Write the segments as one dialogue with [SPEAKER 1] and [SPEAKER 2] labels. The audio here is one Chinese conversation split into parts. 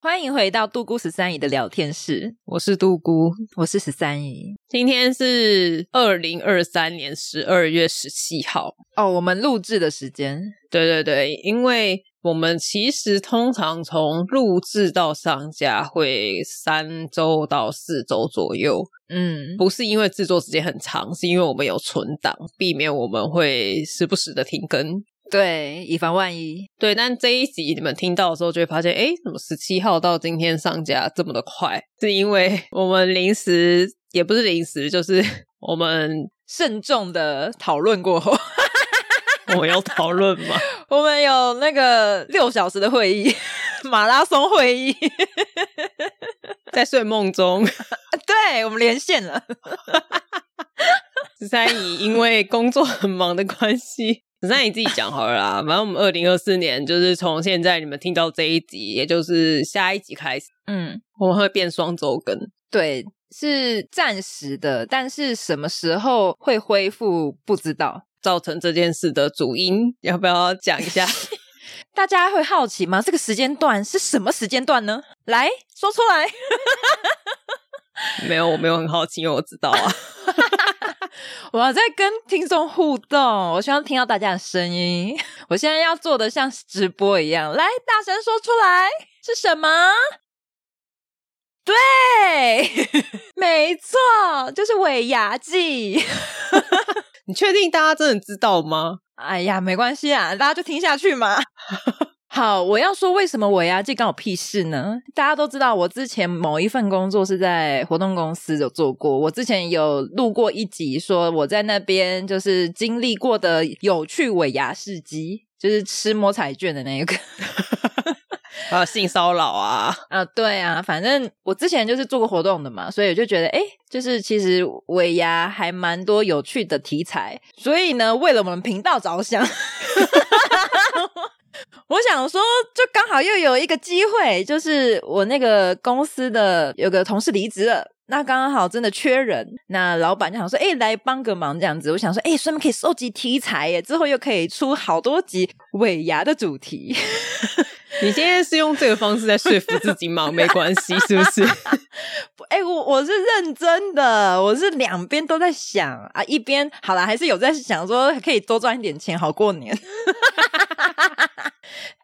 [SPEAKER 1] 欢迎回到杜姑十三姨的聊天室，
[SPEAKER 2] 我是杜姑，
[SPEAKER 1] 我是十三姨。
[SPEAKER 3] 今天是二零二三年十二月十七号。
[SPEAKER 2] 哦，我们录制的时间，
[SPEAKER 3] 对对对，因为我们其实通常从录制到上架会三周到四周左右，
[SPEAKER 2] 嗯，
[SPEAKER 3] 不是因为制作时间很长，是因为我们有存档，避免我们会时不时的停更。
[SPEAKER 2] 对，以防万一。
[SPEAKER 3] 对，但这一集你们听到的时候就会发现，哎，怎么十七号到今天上架这么的快？是因 为我们临时，也不是临时，就是 我们
[SPEAKER 2] 慎重的讨论过后，
[SPEAKER 3] 我们有讨论 嘛，
[SPEAKER 2] 我们有那个六小时的 会议，马拉松会议，
[SPEAKER 3] 在睡梦中，
[SPEAKER 2] 对我们连线了。
[SPEAKER 3] 十三姨因为工作很忙的关系。那你自己讲好了啦，反正我们二零二四年就是从现在你们听到这一集，也就是下一集开始，
[SPEAKER 2] 嗯，
[SPEAKER 3] 我们会变双周更。
[SPEAKER 2] 对，是暂时的，但是什么时候会恢复不知道。
[SPEAKER 3] 造成这件事的主因，要不要讲一 下？
[SPEAKER 2] 大家会好奇吗？这个时间段是什么时间段呢？来说出来。
[SPEAKER 3] 没有，我没有很好奇，因为我知道啊。
[SPEAKER 2] 我要在跟听众互动，我希望听到大家的声音。我现在要做的像直播一样，来，大声说出来是什么？对， 没错，就是尾牙季。
[SPEAKER 3] 你确定大家真的知道吗？
[SPEAKER 2] 哎呀，没关系啊，大家就听下去嘛。 好，我要说为什么尾牙季关我屁事呢？大家都知道，我之前某一份工作是在活动公司有做过，我之前有录过一集，说我在那边就是经历过的有趣尾牙事迹，就是吃摸彩券的那一个。
[SPEAKER 3] 还有性骚扰啊，
[SPEAKER 2] 啊，对啊，反正我之前就是做过活动的嘛，所以我就觉得，哎，就是其实尾牙还蛮多有趣的题材，所以呢，为了我们频道着想， 我想说，就刚好又有一个机会，就是我那个公司的有个同事离职了。那刚好真的缺人，那老板就想说，哎、来帮个忙这样子。我想说，哎、顺便可以收集题材耶，之后又可以出好多集尾牙的主题。
[SPEAKER 3] 你今天是用这个方式在说服自己忙，没关系，是不是？
[SPEAKER 2] 哎、我我是认真的，我是两边都在想啊，一边好啦，还是有在想说可以多赚一点钱，好过年。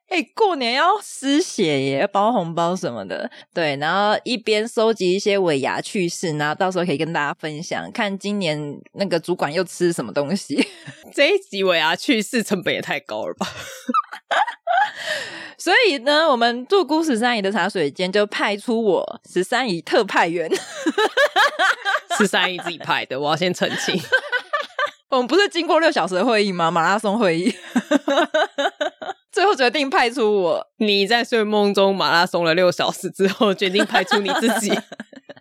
[SPEAKER 2] 哎、过年要失血耶，要包红包什么的，对，然后一边收集一些尾牙趣事，然后到时候可以跟大家分享，看今年那个主管又吃什么东西。
[SPEAKER 3] 这一集尾牙去世成本也太高了吧？
[SPEAKER 2] 所以呢，我们做姑十三姨的茶水间就派出我十三姨特派员，
[SPEAKER 3] 是三姨自己拍的，我要先澄清。
[SPEAKER 2] 我们不是经过六小时的会议吗？马拉松会议， 最后决定派出我
[SPEAKER 3] 你在睡梦中马拉松了六小时之后，决定排除你自己。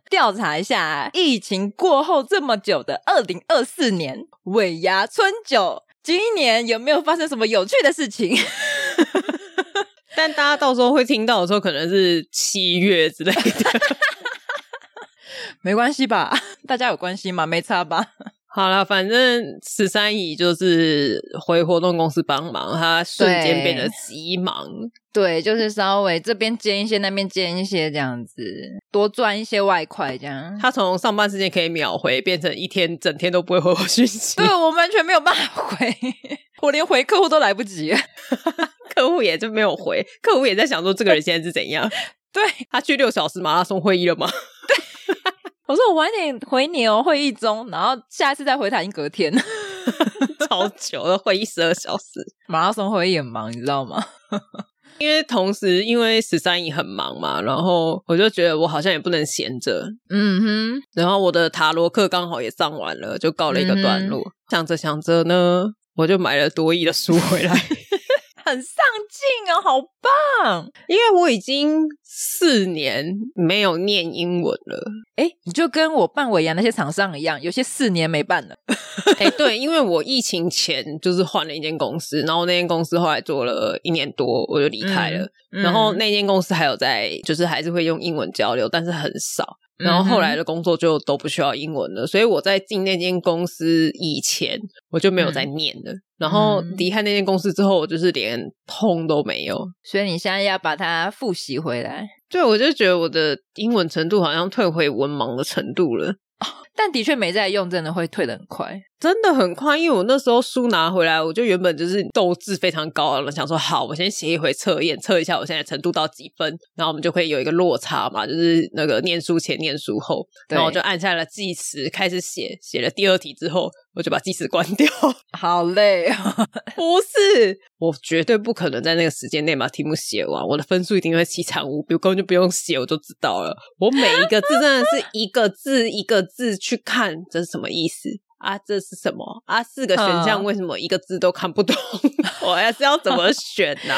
[SPEAKER 2] 调查一下疫情过后这么久的二零二四年尾牙春酒，今年有没有发生什么有趣的事情？
[SPEAKER 3] 但大家到时候会听到的时候，可能是七月之类的。
[SPEAKER 2] 没关系吧？大家有关系吗？没差吧？
[SPEAKER 3] 好了，反正十三姨就是回活动公司帮忙，她瞬间变得急忙。
[SPEAKER 2] 对，就是稍微这边兼一些，那边兼一些，这样子多赚一些外快，这样。
[SPEAKER 3] 她从上班时间可以秒回，变成一天整天都不会回我讯息
[SPEAKER 2] 对，我完全没有办法回， 我连回客户都来不及。
[SPEAKER 3] 客户也就没有回，客户也在想说这个人现在是怎样？
[SPEAKER 2] 对，
[SPEAKER 3] 他去六小时马拉松会议了吗？
[SPEAKER 2] 我说我晚点回你哦，会议中，然后下一次再回他已经隔天。
[SPEAKER 3] 超久了，会议十二小时。
[SPEAKER 2] 马拉松会议很忙，你知道吗？
[SPEAKER 3] 因为同时因为十三姨很忙嘛，然后我就觉得我好像也不能闲着，
[SPEAKER 2] 嗯哼，
[SPEAKER 3] 然后我的塔罗课刚好也上完了，就告了一个段落。
[SPEAKER 2] 嗯
[SPEAKER 3] 想着想着呢，我就买了多益的书回来，
[SPEAKER 2] 很上进哦，好棒！
[SPEAKER 3] 因为我已经四年没有念英文了。
[SPEAKER 2] 哎，你就跟我办尾牙那些厂商一样，有些四年没办了。
[SPEAKER 3] 哎、对，因为我疫情前就是换了一间公司，然后那间公司后来做了一年多，我就离开了。
[SPEAKER 2] 嗯
[SPEAKER 3] 然后那间公司还有在，就是还是会用英文交流，但是很少。
[SPEAKER 2] 嗯哼
[SPEAKER 3] 然后后来的工作就都不需要英文了，所以我在进那间公司以前，我就没有在念了。然后
[SPEAKER 2] 嗯
[SPEAKER 3] 离开那间公司之后，我就是连碰都没有。
[SPEAKER 2] 所以你现在要把它复习回来，
[SPEAKER 3] 对，我就觉得我的英文程度好像退回文盲的程度了。
[SPEAKER 2] 但的确没在用，真的会退的很快。
[SPEAKER 3] 真的很快，因为我那时候书拿回来，我就原本就是斗志非常高昂了，想说好，我先写一回测验，测一下我现在程度到几分，然后我们就可以有一个落差嘛，就是那个念书前、念书后。
[SPEAKER 2] 对
[SPEAKER 3] 然后我就按下了计时，开始写，写了第二题之后，我就把计时关掉。
[SPEAKER 2] 好累哦，
[SPEAKER 3] 不是，我绝对不可能在那个时间内把题目写完，我的分数一定会凄惨无比，我根本就不用写，我就知道了。我每一个字真的是一个字一个字去看，这是什么意思啊？这是什么啊？四个选项
[SPEAKER 2] 嗯
[SPEAKER 3] 为什么一个字都看不懂？ 我要是要怎么选呢、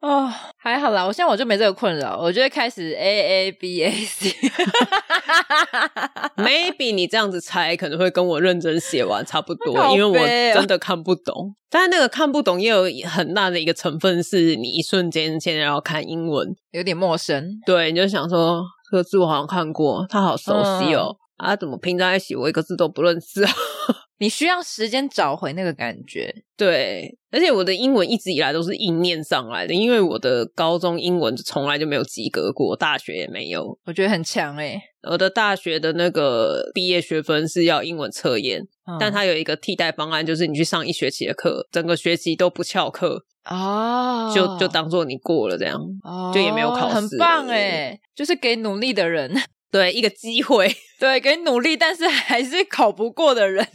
[SPEAKER 2] 哦，还好啦，我现在我就没这个困扰，我就会开始 A A B A C，
[SPEAKER 3] m a y b e 你这样子猜可能会跟我认真写完差不多，
[SPEAKER 2] 好
[SPEAKER 3] 因为我
[SPEAKER 2] 悲哦
[SPEAKER 3] 真的看不懂。但是那个看不懂也有很大的一个成分是你一瞬间现在要看英文，
[SPEAKER 2] 有点陌生。
[SPEAKER 3] 对，你就想说这个字我好像看过，它好熟悉哦，啊，怎么拼在一起我一个字都不认识啊？
[SPEAKER 2] 你需要时间找回那个感觉。
[SPEAKER 3] 对，而且我的英文一直以来都是硬念上来的，因为我的高中英文从来就没有及格过，大学也没有。
[SPEAKER 2] 我觉得很强哎、
[SPEAKER 3] 我的大学的那个毕业学分是要英文测验，
[SPEAKER 2] 嗯
[SPEAKER 3] 但它有一个替代方案，就是你去上一学期的课，整个学期都不翘课，
[SPEAKER 2] 哦，
[SPEAKER 3] 就就当做你过了这样。
[SPEAKER 2] 哦
[SPEAKER 3] 就也没有考试
[SPEAKER 2] 很棒哎、就是给努力的人，
[SPEAKER 3] 对，一个机会。
[SPEAKER 2] 对，给努力但是还是考不过的人。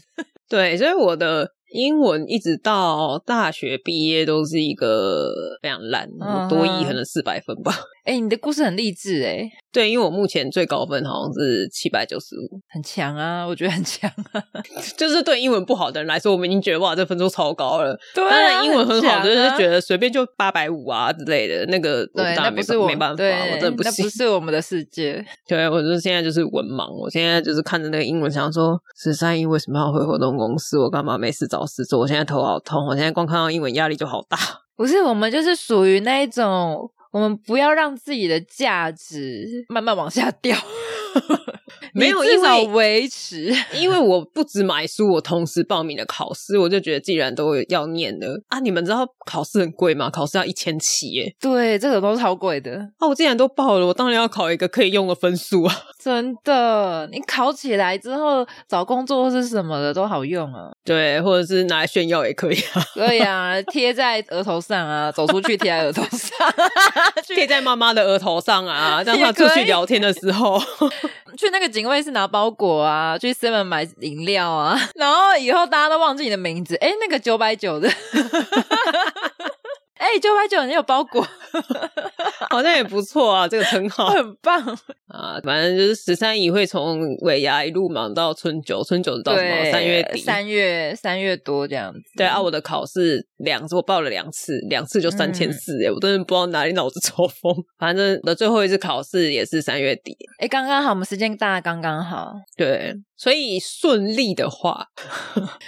[SPEAKER 3] 对，所以我的英文一直到大学毕业都是一个非常烂，
[SPEAKER 2] 嗯哼
[SPEAKER 3] 我多一可能四百分吧。
[SPEAKER 2] 哎、你的故事很励志哎、
[SPEAKER 3] 对，因为我目前最高分好像是七百九十五，
[SPEAKER 2] 很强啊，我觉得很强 啊。
[SPEAKER 3] 就是对英文不好的人来说，我们已经觉得哇，这分数超高了。
[SPEAKER 2] 对啊
[SPEAKER 3] 当然，英文啊很好，就是觉
[SPEAKER 2] 得。
[SPEAKER 3] 得随便就八百五啊之类的，那个我
[SPEAKER 2] 啊
[SPEAKER 3] 当
[SPEAKER 2] 对，那
[SPEAKER 3] 然
[SPEAKER 2] 不
[SPEAKER 3] 没
[SPEAKER 2] 是
[SPEAKER 3] 办
[SPEAKER 2] 我
[SPEAKER 3] 没办法，
[SPEAKER 2] 对
[SPEAKER 3] 我真的不
[SPEAKER 2] 那
[SPEAKER 3] 行
[SPEAKER 2] 不。是我们的世界。
[SPEAKER 3] 对，我就是现在就是文盲，我现在就是看着那个英文，想说十三姨为什么要回活动公司？我干嘛没事找事做？我现在头好痛，我现在光看到英文压力就好大。
[SPEAKER 2] 不是，我们就是属于那一种，我们不要让自己的价值慢慢往下掉，
[SPEAKER 3] 没有
[SPEAKER 2] 你至少
[SPEAKER 3] 因为
[SPEAKER 2] 维持。
[SPEAKER 3] 因为我不止买书，我同时报名了考试，我就觉得既然都要念了啊，你们知道考试很贵吗？考试要一千七耶！
[SPEAKER 2] 对，这个都超贵的，
[SPEAKER 3] 啊，我既然都报了，我当然要考一个可以用的分数啊。
[SPEAKER 2] 真的。你考起来之后，找工作或是什么的都好用啊。
[SPEAKER 3] 对，或者是拿来炫耀也可以啊，
[SPEAKER 2] 对 啊，贴在额头上啊，走出去贴在额头上，
[SPEAKER 3] 贴在妈妈的额头上啊，让她
[SPEAKER 2] 也可
[SPEAKER 3] 出
[SPEAKER 2] 以
[SPEAKER 3] 去聊天的时候，
[SPEAKER 2] 去那个警卫室拿包裹啊，去 Seven 买饮料啊， 然后以后大家都忘记你的名字。哎，那个九百九的， 哎，九百九，你有包裹，
[SPEAKER 3] 好像也不错啊，这个称号
[SPEAKER 2] 很棒。
[SPEAKER 3] 啊。反正就是十三姨会从尾牙一路忙到春酒，春酒是到什么
[SPEAKER 2] 对，
[SPEAKER 3] 三月底。
[SPEAKER 2] 三月三月多这样子。
[SPEAKER 3] 对啊，我的考试两次，我报了两次，两次就三千四，哎，我真的不知道哪里脑子 抽风。反正我的最后一次考试也是三月底，
[SPEAKER 2] 哎，刚刚好，我们时间大，刚刚好，
[SPEAKER 3] 对，所以顺利的话，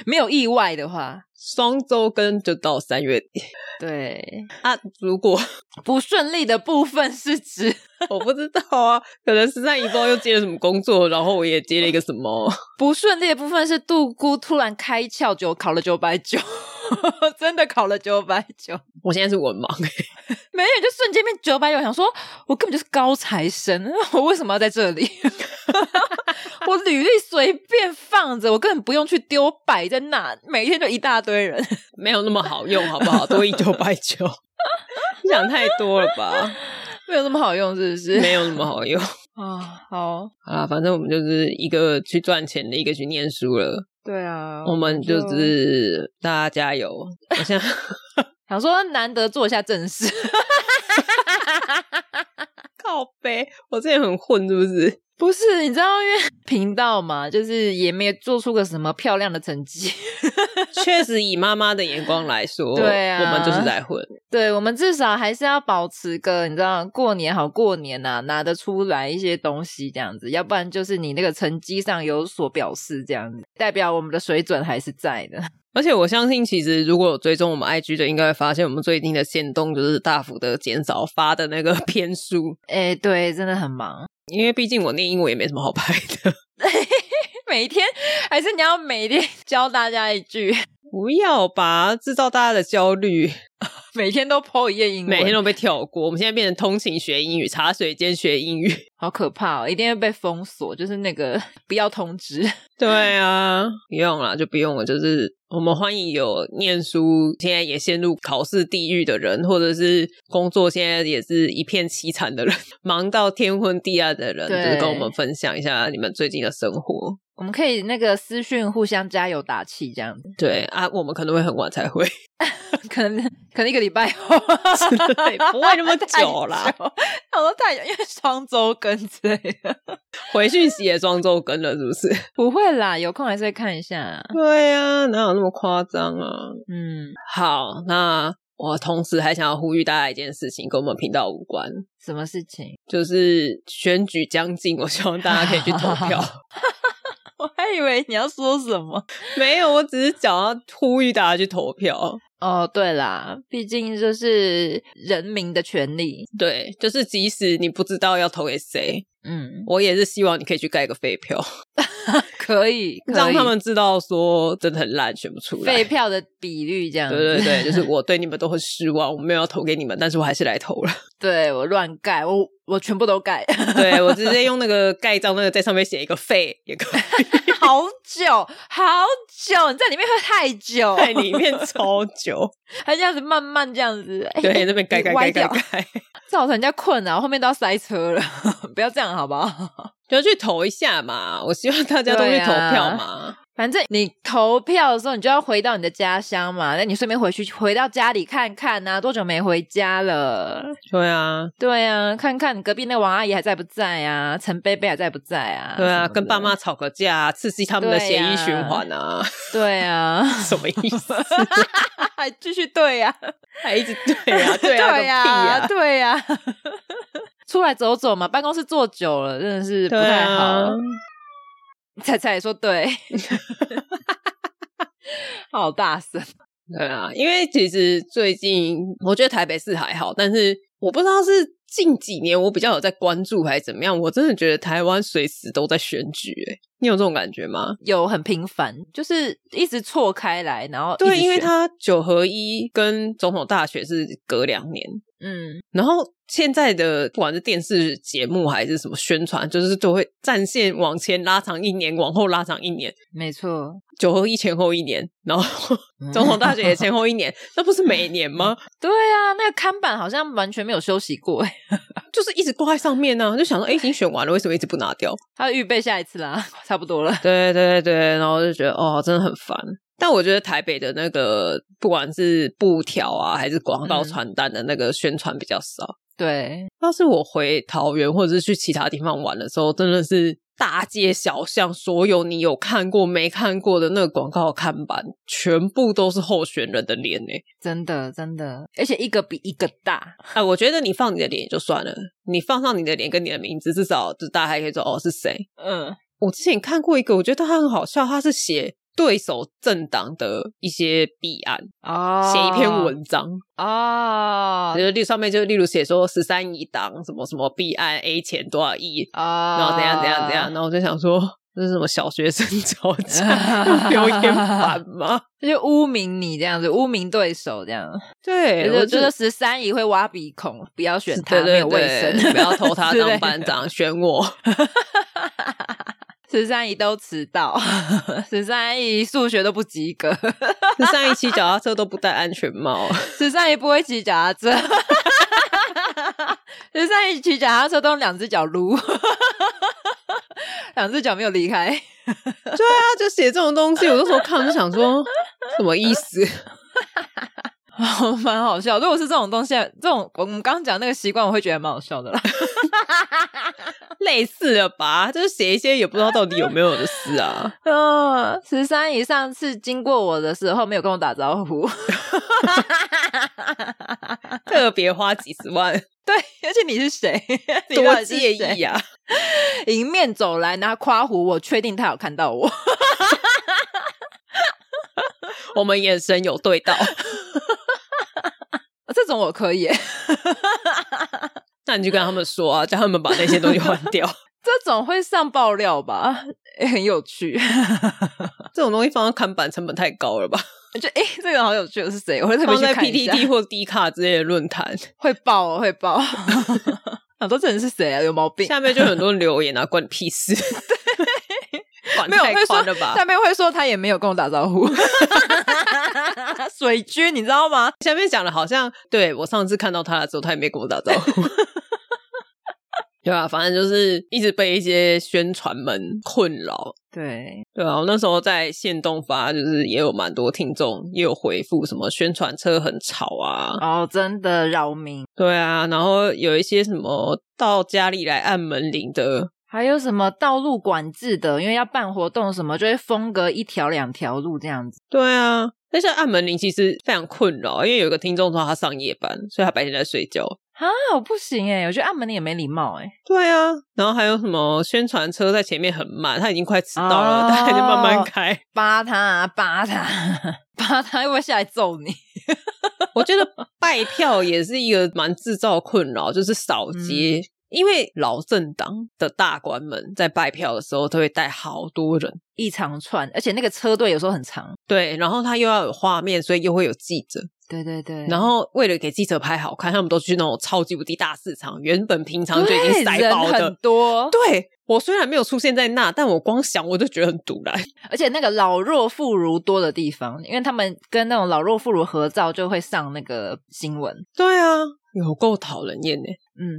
[SPEAKER 2] 没有意外的话，
[SPEAKER 3] 双周更就到三月底
[SPEAKER 2] 对，
[SPEAKER 3] 啊。如果
[SPEAKER 2] 不顺利的部分是指
[SPEAKER 3] 我不知道啊，可能十三姨不知道又接了什么工作，然后我也接了一个什么，
[SPEAKER 2] 不顺利的部分是杜姑突然开窍，就考了九百九， 真的考了九百九。
[SPEAKER 3] 我现在是文盲，
[SPEAKER 2] 没有，就瞬间变九百九，想说我根本就是高材生， 我为什么要在这里？ 我履历随便放着，我根本不用去丢，摆在那，每天就一大堆人。
[SPEAKER 3] 没有那么好用，好不好？多一九百九， 你想太多了吧？
[SPEAKER 2] 没有那么好用，是不是？
[SPEAKER 3] 没有那么好用。
[SPEAKER 2] 啊，好，
[SPEAKER 3] 啊，反正我们就是一个去赚钱的，一个去念书了。嗯
[SPEAKER 2] 对啊
[SPEAKER 3] 我们就是大家加油！我现在
[SPEAKER 2] 想说难得做一下正事，
[SPEAKER 3] 靠背，我之前很混是不是？
[SPEAKER 2] 不是你知道，因为频道嘛，就是也没有做出个什么漂亮的成绩。
[SPEAKER 3] 确实，以妈妈的眼光来说，
[SPEAKER 2] 对啊
[SPEAKER 3] 我们就是在混。
[SPEAKER 2] 对我们至少还是要保持个，你知道，过年好过年呐、拿得出来一些东西这样子，要不然就是你那个成绩上有所表示这样子，代表我们的水准还是在的。
[SPEAKER 3] 而且我相信，其实如果有追踪我们 IG 的，应该会发现我们最近的限动就是大幅的减少发的那个 篇数，
[SPEAKER 2] 哎，对，真的很忙，
[SPEAKER 3] 因为毕竟我念英文也没什么好拍的。
[SPEAKER 2] 每天还是你要每天 教大家一句，
[SPEAKER 3] 不要吧，制造大家的焦虑，
[SPEAKER 2] 每天都剖一页英文，
[SPEAKER 3] 每天都被跳过。我们现在变成通勤学英语，茶水间学英语。
[SPEAKER 2] 好可怕哦，一定会被封锁，就是那个 不要通知。
[SPEAKER 3] 对啊，不用啦，就不用了。就是我们欢迎有念书，现在也陷入考试地狱的人，或者是工作现在也是一片凄惨的人， 忙到天昏地暗的人，就
[SPEAKER 2] 对
[SPEAKER 3] 是跟我们分享一下你们最近的生活。
[SPEAKER 2] 我们可以那个私讯互相加油打气，这样子，
[SPEAKER 3] 对啊，我们可能会很晚才会。
[SPEAKER 2] 可能可能一个礼拜后，
[SPEAKER 3] 对不会那么久啦
[SPEAKER 2] 太久。我说太久，因为双周更之类的，
[SPEAKER 3] 回讯息也装周更了，是不是？
[SPEAKER 2] 不会啦，有空还是会看一下。
[SPEAKER 3] 对啊，哪有那么夸张啊？
[SPEAKER 2] 嗯，
[SPEAKER 3] 好，那我同时还想要呼吁大家一件事情，跟我们频道无关，
[SPEAKER 2] 什么事情？
[SPEAKER 3] 就是选举将近，我希望大家可以去投票。
[SPEAKER 2] 我还以为你要说什么。
[SPEAKER 3] 没有，我只是想要呼吁大家去投票。
[SPEAKER 2] 哦，对啦，毕竟就是人民的权利。
[SPEAKER 3] 对，就是即使你不知道要投给谁，
[SPEAKER 2] 嗯，
[SPEAKER 3] 我也是希望你可以去盖个废票，
[SPEAKER 2] 可以，可以
[SPEAKER 3] 让他们知道说真的很烂，选不出来
[SPEAKER 2] 废。票的比率这样子。
[SPEAKER 3] 对对 对，就是我对你们都很失望，我没有要投给你们，但是我还是来投 了。
[SPEAKER 2] 对我乱盖，我我全部都 盖，
[SPEAKER 3] 对我直接用那个盖章，那个在上面写一个废也 可以，
[SPEAKER 2] 好久好久，你在里面会太久，
[SPEAKER 3] 在里面超久。
[SPEAKER 2] 还这样子慢慢这样子，哎
[SPEAKER 3] 对，那边盖盖盖
[SPEAKER 2] 歪
[SPEAKER 3] 盖
[SPEAKER 2] 掉
[SPEAKER 3] 盖，
[SPEAKER 2] 造成人家困扰，后面都要塞车了， 不要这样好不好？
[SPEAKER 3] 就去投一下嘛。我希望大家都去投票嘛。
[SPEAKER 2] 反正你投票的时候，你就要回到你的家乡嘛，那你顺便回去回到家里看看啊，多久没回家了？
[SPEAKER 3] 对啊，
[SPEAKER 2] 对啊，看看你隔壁那王阿姨还在不在啊，陈贝贝还在不在啊？
[SPEAKER 3] 对
[SPEAKER 2] 什
[SPEAKER 3] 啊，
[SPEAKER 2] 么的
[SPEAKER 3] 跟爸妈吵个架啊，刺激他们的
[SPEAKER 2] 对
[SPEAKER 3] 血
[SPEAKER 2] 呀
[SPEAKER 3] 液循环啊，
[SPEAKER 2] 对啊，
[SPEAKER 3] 什么意思？
[SPEAKER 2] 还继续对啊，
[SPEAKER 3] 还一直对 啊，对啊，个屁啊！
[SPEAKER 2] 对呀、出来走走嘛，办公室坐久了真的是不
[SPEAKER 3] 对
[SPEAKER 2] 太好。
[SPEAKER 3] 啊，
[SPEAKER 2] 彩彩也说 对，好大声。
[SPEAKER 3] 对啊，因为其实最近我觉得台北市还好，但是我不知道是近几年我比较有在关注还是怎么样，我真的觉得台湾随时都在选举、欸，你有这种感觉吗？
[SPEAKER 2] 有很频繁，就是一直错开来，然后一直
[SPEAKER 3] 对，因为
[SPEAKER 2] 选
[SPEAKER 3] 它九合一跟总统大选是隔两年，
[SPEAKER 2] 嗯，
[SPEAKER 3] 然后现在的不管是电视节目还是什么宣传，就是都会战线往前拉长一年，往后拉长一年，
[SPEAKER 2] 没错，
[SPEAKER 3] 九合一前后一年，然后
[SPEAKER 2] 嗯
[SPEAKER 3] 总统大选也前后一年，那不是每年吗？
[SPEAKER 2] 对啊，那个看板好像完全没有休息过，哎，
[SPEAKER 3] 就是一直挂在上面呢、就想说，哎，已经选完了，为什么一直不拿掉？
[SPEAKER 2] 他预备下一次啦，差不多了。
[SPEAKER 3] 对对对，然后就觉得哦，真的很烦。但我觉得台北的那个，不管是布条啊，还是广告
[SPEAKER 2] 嗯
[SPEAKER 3] 传单的那个宣传比较少。
[SPEAKER 2] 对，
[SPEAKER 3] 要是我回桃园或者是去其他地方玩的时候，真的是大街小巷，所有你有看过没看过的那个广告看板，全部都是候选人的脸欸诶、
[SPEAKER 2] 真的真的，而且一个比一个大，
[SPEAKER 3] 哎、我觉得你放你的脸也就算了，你放上你的脸跟你的名字，至少就大家还可以说哦是谁。
[SPEAKER 2] 嗯，
[SPEAKER 3] 我之前看过一个，我觉得它很好笑，它是写对手政党的一些弊案，
[SPEAKER 2] 哦，
[SPEAKER 3] 写一篇文章。
[SPEAKER 2] 哦
[SPEAKER 3] 就，是例如上面就例如写说十三亿党什么什么弊案 A 钱多少亿，
[SPEAKER 2] 啊
[SPEAKER 3] 然后怎样怎样怎样，然，后我就想说，这是什么小学生吵架 用留言板吗？
[SPEAKER 2] 就污名你这样子，污名对手这样，
[SPEAKER 3] 对，
[SPEAKER 2] 就
[SPEAKER 3] 我
[SPEAKER 2] 是就是十三姨会挖鼻孔，不要选他，
[SPEAKER 3] 对
[SPEAKER 2] 没
[SPEAKER 3] 对
[SPEAKER 2] 有卫
[SPEAKER 3] 对，
[SPEAKER 2] 生，
[SPEAKER 3] 不要投他
[SPEAKER 2] 之类
[SPEAKER 3] 当
[SPEAKER 2] 的
[SPEAKER 3] 班长，选我。
[SPEAKER 2] 十三姨都迟到， 十三姨数学都不及格，
[SPEAKER 3] 是上一期脚踏车都不戴安全帽，
[SPEAKER 2] 十三姨不会骑脚踏车，十三姨骑脚踏车都用两只脚撸，两只脚没有离开，
[SPEAKER 3] 啊他就写这种东西，我那时候看我就想说，什么意思？
[SPEAKER 2] 蛮好笑。如果是这种东西，这种我们刚刚讲那个习惯，我会觉得蛮好笑的啦。
[SPEAKER 3] 类似的吧，就是写一些也不知道到底有没有的事啊。
[SPEAKER 2] 嗯，十三姨上次经过我的时候没有跟我打招呼，
[SPEAKER 3] 特别花几十 万，
[SPEAKER 2] 对，而且你是谁？你到
[SPEAKER 3] 多
[SPEAKER 2] 底是
[SPEAKER 3] 介
[SPEAKER 2] 谁
[SPEAKER 3] 意啊！
[SPEAKER 2] 迎面走来，然后夸胡我，确定他有看到我。
[SPEAKER 3] 我们眼神有对到，
[SPEAKER 2] 这种我可以耶，
[SPEAKER 3] 那你就跟他们说啊，叫他们把那些东西换掉。
[SPEAKER 2] 这种会上爆料吧， 也很有 趣。
[SPEAKER 3] 这种东西放到看板成本太高了吧？
[SPEAKER 2] 我觉得诶、这个好有趣，是谁？我会特
[SPEAKER 3] 放
[SPEAKER 2] 别去
[SPEAKER 3] 在
[SPEAKER 2] 看一下
[SPEAKER 3] PTT 或 D 卡之类的论坛，
[SPEAKER 2] 会爆哦，会爆。 想说这人是谁啊？有毛病。
[SPEAKER 3] 下面就很多留言啊，关你屁 事！ 管
[SPEAKER 2] 没有
[SPEAKER 3] 太
[SPEAKER 2] 会说
[SPEAKER 3] 宽了吧？
[SPEAKER 2] 下面会说他也没有跟我打招 呼，水军你知道吗？
[SPEAKER 3] 下面讲的好像对我上次看到他的时候，他也没跟我打招呼。 对啊，反正就是一直被一些宣传们困扰。
[SPEAKER 2] 对，
[SPEAKER 3] 对啊，我那时候在线动发，就是也有蛮多听众也有回复什么宣传车很吵啊，
[SPEAKER 2] 哦，真的扰民。
[SPEAKER 3] 对啊，然后有一些什么到家里来按门铃的，
[SPEAKER 2] 还有什么道路管制的，因为要办活动什么，就会封隔一条两条路这样子。
[SPEAKER 3] 对啊，但是按门铃其实非常困扰，因为有一个听众说他上夜班，所以他白天在睡觉。
[SPEAKER 2] 啊，我不行哎、我觉得按门铃也没礼貌哎、
[SPEAKER 3] 对啊，然后还有什么宣传车在前面很慢，他已经快迟到了，
[SPEAKER 2] 哦
[SPEAKER 3] 他还在慢慢开。
[SPEAKER 2] 扒他、啊，扒他， 扒他，会不会下来揍你？
[SPEAKER 3] 我觉得拜票也是一个蛮制造困扰，就是扫街。因为老政党的大官们在拜票的时候，都会带好多人，
[SPEAKER 2] 一长串，而且那个车队有时候很长。
[SPEAKER 3] 对，然后他又要有画面，所以又会有记者，
[SPEAKER 2] 对对对，
[SPEAKER 3] 然
[SPEAKER 2] 后
[SPEAKER 3] 后为了给记者拍好看，他们都去那种超级无敌大市场，原本平常就已经
[SPEAKER 2] 对
[SPEAKER 3] 塞爆
[SPEAKER 2] 人很
[SPEAKER 3] 的。
[SPEAKER 2] 多，
[SPEAKER 3] 对我虽然没有出现在那，但我光想我就觉得很堵然。
[SPEAKER 2] 而且那个老弱妇孺多的地方，因为他们跟那种老弱妇孺合照就会上那个新闻。
[SPEAKER 3] 对啊，有够讨人厌呢、
[SPEAKER 2] 嗯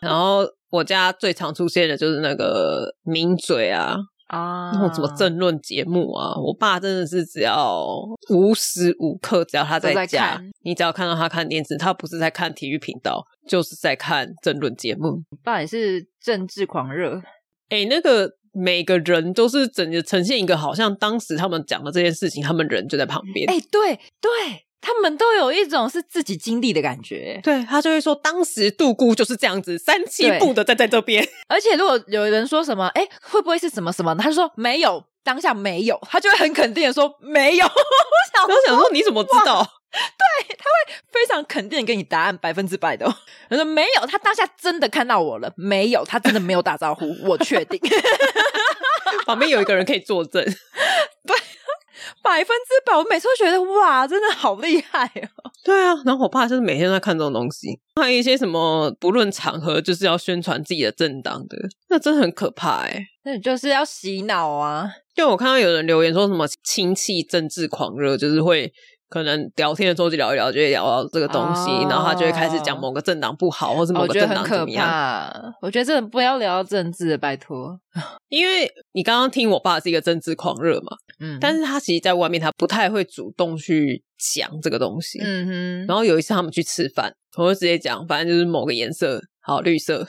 [SPEAKER 3] 然后我家最常出现的就是那个名嘴啊，
[SPEAKER 2] 啊
[SPEAKER 3] 那种什么政论节目啊，我爸真的是只要无时无刻，只要他
[SPEAKER 2] 都在
[SPEAKER 3] 家
[SPEAKER 2] 看，
[SPEAKER 3] 你只要看到他看电视，他不是在看体育频道，就是在看政论节目。
[SPEAKER 2] 爸也是政治狂热，
[SPEAKER 3] 哎、那个每个人都是整个呈现一个，好像当时他们讲的这件事情，他们人就在旁边。
[SPEAKER 2] 哎、对对，他们都有一种是自己经历的感觉。
[SPEAKER 3] 对他就会说，当时杜姑就是这样子，三七步的站在这 边。
[SPEAKER 2] 而且如果有人说什么，哎、会不会是什么什么，他就说没有，当下没有，他就会很肯定的说没有。我想
[SPEAKER 3] 然后想说，你怎么知道？
[SPEAKER 2] 非常肯定的给你答案，百分之百的、哦。 他说没有，他当下真的看到我了，没有，他真的没有打招呼，我确定。
[SPEAKER 3] 旁边有一个人可以作证。
[SPEAKER 2] 百分之百，我每次都觉得哇，真的好厉害哦！
[SPEAKER 3] 对啊，然后我爸就是每天都在看这种东西，还有一些什么不论场合就是要宣传自己的政党的，那真的很可怕哎、
[SPEAKER 2] 那就是要洗脑啊，
[SPEAKER 3] 就我看到有人留言说什么亲戚政治狂热，就是会可能聊天的时候就聊一聊，就会聊到这个东西，
[SPEAKER 2] 哦
[SPEAKER 3] 然后他就会开始讲某个政党不好，或是某
[SPEAKER 2] 我
[SPEAKER 3] 个
[SPEAKER 2] 觉得
[SPEAKER 3] 政
[SPEAKER 2] 很
[SPEAKER 3] 党怎
[SPEAKER 2] 可
[SPEAKER 3] 么样。
[SPEAKER 2] 怕。我觉得真的不要聊政治，拜托。
[SPEAKER 3] 因为你刚刚听我爸是一个政治狂热嘛，
[SPEAKER 2] 嗯，
[SPEAKER 3] 但是他其实在外面他不太会主动去讲这个东西。
[SPEAKER 2] 嗯哼，
[SPEAKER 3] 然后有一次他们去吃饭，我就直接讲，反正就是某个颜色，好绿色。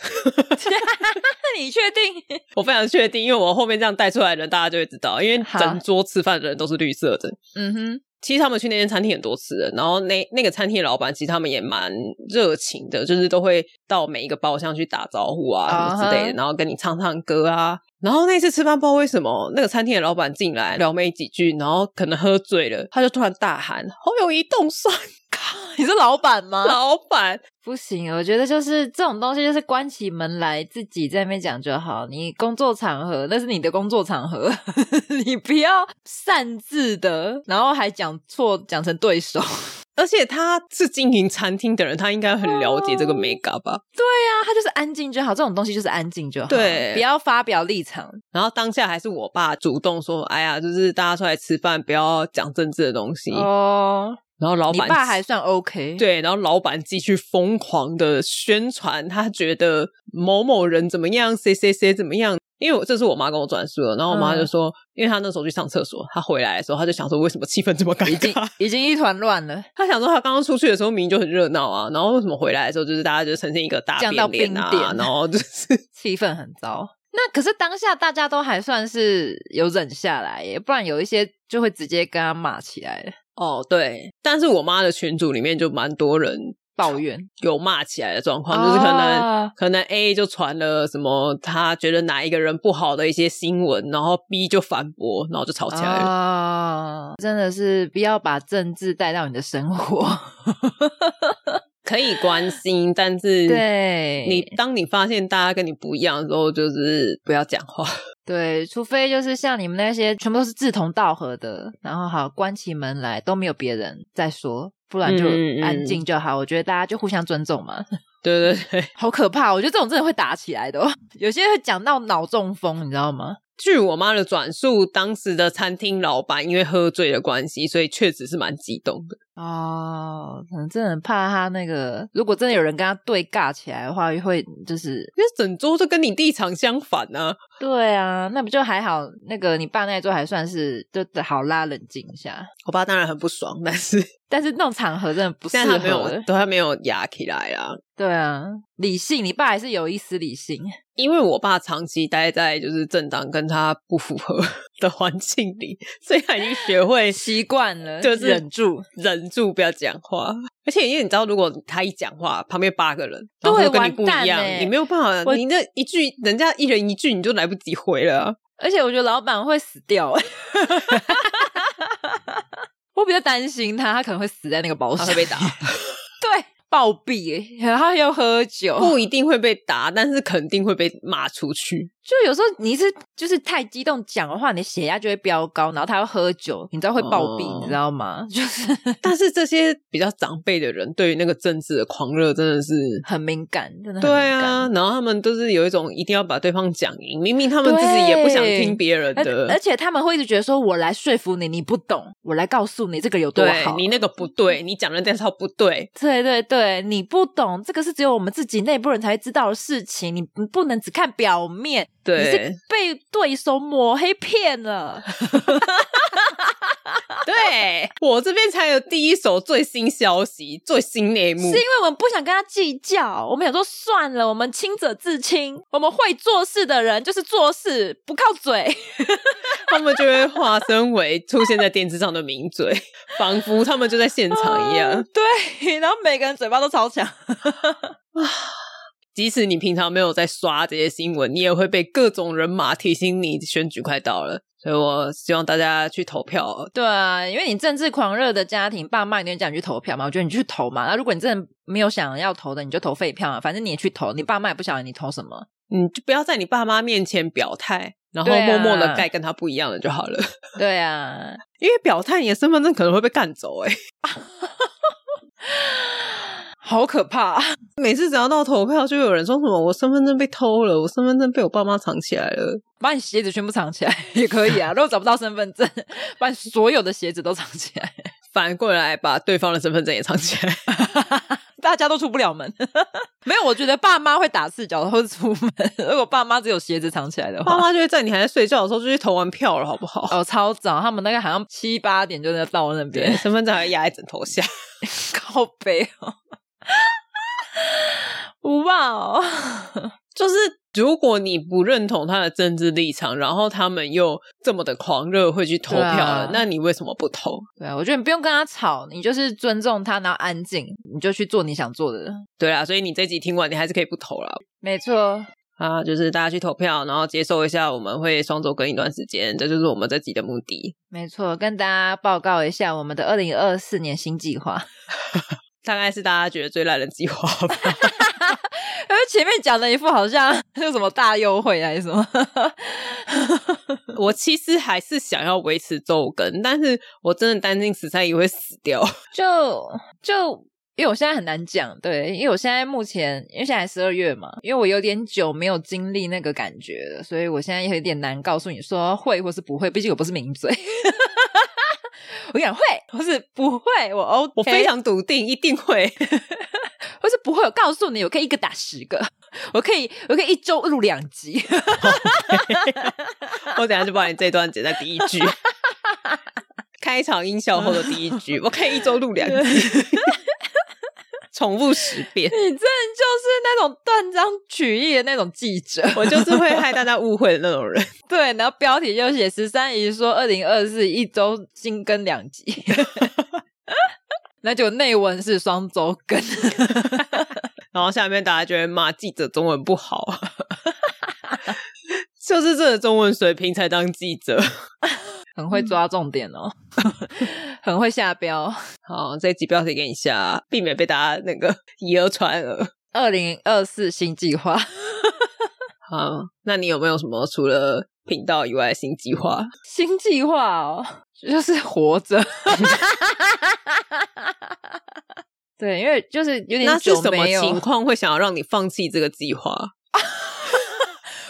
[SPEAKER 2] 那你确定？
[SPEAKER 3] 我非常确定，因为我后面这样带出来的人，大家就会知道，因为
[SPEAKER 2] 好
[SPEAKER 3] 整桌吃饭的人都是绿色的。
[SPEAKER 2] 嗯哼，
[SPEAKER 3] 其实他们去那间餐厅很多次了，然后那那个餐厅的老板其实他们也蛮热情的，就是都会到每一个包厢去打招呼啊什么之类的
[SPEAKER 2] 啊哈
[SPEAKER 3] 然后跟你唱唱歌啊。然后那次吃饭不知道为什么，那个餐厅的老板进来聊没几句，然后可能喝醉了，他就突然大喊：“侯友谊冻酸，
[SPEAKER 2] 你是老板吗？
[SPEAKER 3] 老板！”
[SPEAKER 2] 不行，我觉得就是这种东西，就是关起门来自己在那边讲就好。你工作场合那是你的工作场合， 你不要擅自的，然后还讲错，讲成对手。
[SPEAKER 3] 而且他是经营餐厅的人，他应该很了解
[SPEAKER 2] 啊
[SPEAKER 3] 这个 mega 吧？
[SPEAKER 2] 那啊他就是安静就好，这种东西就是安静就好，
[SPEAKER 3] 对
[SPEAKER 2] 不要发表立场。
[SPEAKER 3] 然后当下还是我爸主动说：“哎呀，就是大家出来吃饭，不要讲政治的东西。
[SPEAKER 2] 哦，
[SPEAKER 3] 然后老
[SPEAKER 2] 你
[SPEAKER 3] 板
[SPEAKER 2] 爸还算 OK，，
[SPEAKER 3] 对，然后老板继续疯狂的宣传，他觉得某某人怎么样，谁谁谁怎么样。因为我这是我妈跟我转述的，然后我
[SPEAKER 2] 嗯
[SPEAKER 3] 妈就说，因为她那时候去上厕所，她回来的时候，她就想说，为什么气氛这么尴
[SPEAKER 2] 已经
[SPEAKER 3] 尬？
[SPEAKER 2] 已经一团乱了，
[SPEAKER 3] 她想说，她刚刚出去的时候明明就很热闹啊，然后为什么回来的时候就是大家就呈现一个大
[SPEAKER 2] 降到
[SPEAKER 3] 变脸啊
[SPEAKER 2] 冰点，
[SPEAKER 3] 然后 就是
[SPEAKER 2] 气氛很糟。那可是当下大家都还算是有忍下来耶，不然有一些就会直接跟他骂起来了，
[SPEAKER 3] 哦对，但是我妈的群组里面就蛮多人
[SPEAKER 2] 抱怨。
[SPEAKER 3] 有骂起来的状况，就是可能、
[SPEAKER 2] 啊
[SPEAKER 3] 可能 A 就传了什么他觉得哪一个人不好的一些新闻，然后 B 就反驳，然后就吵起来了。
[SPEAKER 2] 啊，真的是不要把政治带到你的生活。
[SPEAKER 3] 可以关心，但 是
[SPEAKER 2] 对
[SPEAKER 3] 你当你发现大家跟你不一样的时候，就是不要讲话。
[SPEAKER 2] 对，除非就是像你们那些全部都是志同道合的，然后好关起门来都没有别人再说，不然就
[SPEAKER 3] 嗯嗯嗯
[SPEAKER 2] 安静就好。我觉得大家就互相尊重嘛，
[SPEAKER 3] 对对对，
[SPEAKER 2] 好可怕！我觉得这种真的会打起来的哦、 有些会讲到脑中风，你知道吗？
[SPEAKER 3] 据我妈的转述，当时的餐厅老板因为喝醉的关系，所以确实是蛮激动的。
[SPEAKER 2] 哦，可能真的很怕他那个，如果真的有人跟他对尬起来的话，会就是
[SPEAKER 3] 因为整桌就跟你立场相反啊。
[SPEAKER 2] 对啊，那不就还好？那个你爸那一桌还算是就好啦，冷静一下。
[SPEAKER 3] 我爸当然很不爽，但是
[SPEAKER 2] 但是那种场合真的不适
[SPEAKER 3] 现在他没有
[SPEAKER 2] 合。，
[SPEAKER 3] 对他没有压起来啊。
[SPEAKER 2] 对啊，理性，你爸还是有一丝理性。
[SPEAKER 3] 因为我爸长期待在就是政党跟他不符合 的环境里，所以他已经学 会
[SPEAKER 2] 习惯了，
[SPEAKER 3] 就是
[SPEAKER 2] 忍住。
[SPEAKER 3] 忍住不要讲话。而且因为你知道，如果他一讲话，旁边八个人，
[SPEAKER 2] 对
[SPEAKER 3] 然后都跟你不一
[SPEAKER 2] 完蛋
[SPEAKER 3] 样，
[SPEAKER 2] 欸
[SPEAKER 3] 你没有办法，
[SPEAKER 2] 我
[SPEAKER 3] 你那一句人家一人一句，你就来不及回了啊、
[SPEAKER 2] 而且我觉得老板会死掉， 哎我比较担心他，他可能会死在那个保险
[SPEAKER 3] 他会被打，
[SPEAKER 2] 对，暴毙，哎他又喝酒。
[SPEAKER 3] 不一定会被打，但是肯定会被骂出去。
[SPEAKER 2] 就有时候你是就是太激动讲的话，你的血压就会飙高，然后他又喝酒，你知道会暴毙，
[SPEAKER 3] 哦
[SPEAKER 2] 你知道吗？ 就是
[SPEAKER 3] 但是这些比较长辈的人，对于那个政治的狂热，真的是。
[SPEAKER 2] 很敏感，真的很
[SPEAKER 3] 对
[SPEAKER 2] 敏感。
[SPEAKER 3] 啊，然后他们都是有一种一定要把对方讲赢，明明他们自己也不想听别人
[SPEAKER 2] 而
[SPEAKER 3] 的，
[SPEAKER 2] 而且他们会一直觉得说，我来说服你，你不懂，我来告诉你这个有多
[SPEAKER 3] 对
[SPEAKER 2] 好。嗯
[SPEAKER 3] 你那个不对，你讲的那套不对，
[SPEAKER 2] 对对对，你不懂，这个是只有我们自己内部人才会知道的事情，你你不能只看表面，你是
[SPEAKER 3] 对
[SPEAKER 2] 被对手抹黑骗了。
[SPEAKER 3] 嗯对，我这边才有第一手最新消息、最新内
[SPEAKER 2] 是因
[SPEAKER 3] 幕。
[SPEAKER 2] 为我们不想跟他计较，我们想说算了，我们清者自清，我们会做事的人就是做事，不靠嘴。
[SPEAKER 3] 他们就会化身为出现在电视上的名 嘴，仿佛他们就在现场一
[SPEAKER 2] 哦
[SPEAKER 3] 样。
[SPEAKER 2] 对，然后每个人嘴巴都超强。
[SPEAKER 3] 即使你平常没有在刷这些新闻，你也会被各种人马提醒你选举快到了。所以我希望大家去投票。
[SPEAKER 2] 对啊，因为你政治狂热的家庭，爸妈一定会叫你去投票嘛。我觉得你去投嘛。那如果你真的没有想要投的，你就投废票嘛。啊反正你也去投，你爸妈也不晓得你投什么。
[SPEAKER 3] 你嗯就不要在你爸妈面前表态，然后
[SPEAKER 2] 对啊
[SPEAKER 3] 默默的盖跟他不一样的就好了。
[SPEAKER 2] 对啊，
[SPEAKER 3] 因为表态，你的身份证可能会被干走、欸。
[SPEAKER 2] 好可怕、啊
[SPEAKER 3] 每次只要到投票，就有人说什么我身份证被偷了，我身份证被我爸妈藏起来了。
[SPEAKER 2] 把你鞋子全部藏起来也可以啊。如果找不到身份证，把你所有的鞋子都藏起来，
[SPEAKER 3] 反过来把对方的身份证也藏起来。
[SPEAKER 2] 大家都出不了门。 没有，我觉得爸妈会打赤脚会出门。如果爸妈只有鞋子藏起来的
[SPEAKER 3] 爸
[SPEAKER 2] 话，
[SPEAKER 3] 妈就会在你还在睡觉的时候就去投完票了，好不好？
[SPEAKER 2] 哦，超早，他们大概好像七八点就能到那边
[SPEAKER 3] 对，。身份证还压在枕头下。
[SPEAKER 2] 靠背哦，哇哦，
[SPEAKER 3] 就是如果你不认同他的政治立场，然后他们又这么的狂热会去投
[SPEAKER 2] 对
[SPEAKER 3] 票
[SPEAKER 2] 啊
[SPEAKER 3] 了，那你为什么不投？
[SPEAKER 2] 对啊，我觉得你不用跟他吵，你就是尊重他，然后安静，你就去做你想做的。
[SPEAKER 3] 对啊，所以你这集听完，你还是可以不投啦。
[SPEAKER 2] 没错，
[SPEAKER 3] 啊，就是大家去投票，然后接受一下，我们会双周更一段时间，这就是我们这集的目的。
[SPEAKER 2] 没错，跟大家报告一下我们的二零二四年新计划。
[SPEAKER 3] 大概是大家觉得最烂的计划吧。
[SPEAKER 2] 因为哎前面讲的一副好像 有什么大优惠还是什么，
[SPEAKER 3] 我其实还是想要维持周更，但是我真的担心十三姨会死掉。
[SPEAKER 2] 就就。因为我现在很难讲，对，因为我现在目前，因为现在十二月嘛，因为我有点久没有经历那个感觉了， 所以我现在有点难告诉你说会或是不会，毕竟我不是名嘴，我讲会，或是不会，我 OK，
[SPEAKER 3] 我非常笃定一定会。
[SPEAKER 2] 或是不会，我告诉你，我可以一个打十个，我可以，我可以一周录两集。
[SPEAKER 3] 我等一下就把你这段剪在第一句， 开场音效后的第一句，我可以一周录两集， 重复十遍。
[SPEAKER 2] 你真的就是那种断章取义的那种记者，
[SPEAKER 3] 我就是会害大家误会的那种人。
[SPEAKER 2] 对，然后标题就写十三姨说二零二四一周新更两集， 那就内文是双周更，
[SPEAKER 3] 然后下面大家就会骂记者中文不好， 就是这个中文水平才当记者。
[SPEAKER 2] 很
[SPEAKER 3] 嗯
[SPEAKER 2] 会抓重点哦， 很会下标。
[SPEAKER 3] 好，这一集标题给你下，啊避免被大家那个 以讹传讹。
[SPEAKER 2] 二零二四新计划，
[SPEAKER 3] 好，那你有没有什么除了频道以外的新计划？
[SPEAKER 2] 新计划哦，就是活 着。 对，因为就是有点
[SPEAKER 3] 那是
[SPEAKER 2] 久
[SPEAKER 3] 什么
[SPEAKER 2] 没有
[SPEAKER 3] 情况会想要让你放弃这个计划？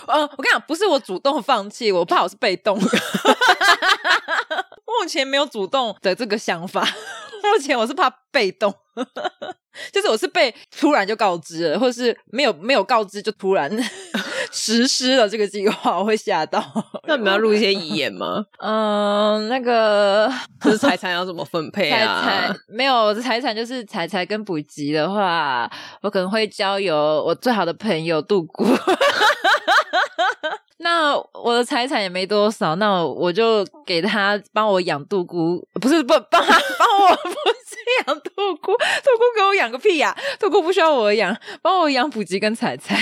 [SPEAKER 2] 呃，我跟你讲，不是我主动放弃，我怕我是被动。 目前没有主动的这个想法， 目前我是怕被动， 就是我是被突然就告知了，或是没有没有告知就突然 实施了这个计划，我会吓到。
[SPEAKER 3] 那你们要录一些遗言吗？
[SPEAKER 2] 嗯、那个
[SPEAKER 3] 就是财产要怎么分配
[SPEAKER 2] 财
[SPEAKER 3] 啊
[SPEAKER 2] 产？没有财产，就是财财跟补给的话，我可能会交由我最好的朋友度过。 那我的财产也没多少，那我就给他帮我养杜姑，不是不帮他帮我 不是养杜姑，杜姑给我养个屁呀、杜姑不需要我养，帮我养补给跟彩彩。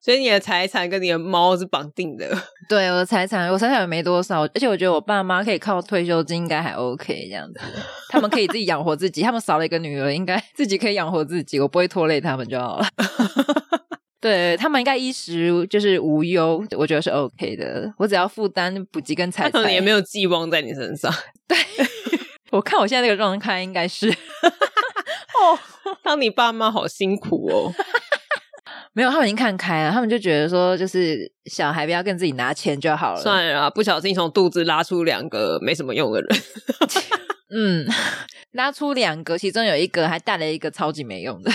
[SPEAKER 3] 所以你的财产跟你的猫是绑定的。
[SPEAKER 2] 对我的财产，我财产也没多少，而且我觉得我爸妈可以靠退休金应该还 OK 这样 子，他们可以自己养活自己，他们少了一个女儿，应该自己可以养活自己，我不会拖累他们就 好了。对他们应该衣食就是无忧，我觉得是 OK 的。我只要负担补给跟
[SPEAKER 3] 他
[SPEAKER 2] 财
[SPEAKER 3] 可能
[SPEAKER 2] 产，
[SPEAKER 3] 也没有寄望在你身上，
[SPEAKER 2] 我看我现在这个状态应该是
[SPEAKER 3] 当你爸妈好辛苦哦。
[SPEAKER 2] 没有，他们已经看开了，他们就觉得说，就是小孩不要跟自己拿钱就好了。
[SPEAKER 3] 算了啦，不小心从肚子拉出两个没什么用的人，
[SPEAKER 2] 嗯，拉出两个，其中有一个还带了一个超级没用的。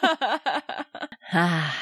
[SPEAKER 2] 啊，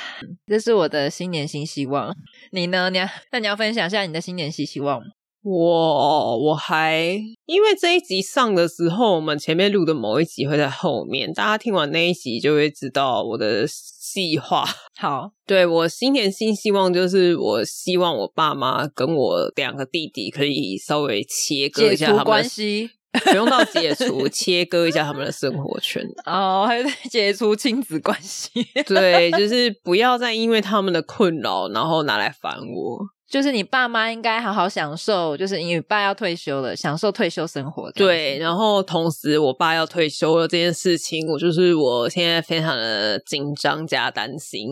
[SPEAKER 2] 这是我的新年新希望。你呢？你要那你要分享一下你的新年新希望吗？
[SPEAKER 3] 我我还因为这一集上的时候，我们前面录的某一集会在后面，大家听完那一集就会知道我的计划。
[SPEAKER 2] 好，
[SPEAKER 3] 对我新年新希望就是，我希望我爸妈跟我两个弟弟可以稍微切割
[SPEAKER 2] 解
[SPEAKER 3] 一下
[SPEAKER 2] 除
[SPEAKER 3] 他们
[SPEAKER 2] 关
[SPEAKER 3] 的，
[SPEAKER 2] 系
[SPEAKER 3] 不用到解除，切割一下他们的生活圈。
[SPEAKER 2] 哦，还有解除亲子关系，
[SPEAKER 3] 对，就是不要再因为他们的困扰，然后拿来烦我。
[SPEAKER 2] 就是你爸妈应该好好享受，就是你爸要退休了，享受退休生活。
[SPEAKER 3] 对，，然后同时我爸要退休了这件事情，我就是我现在非常的紧张加担心。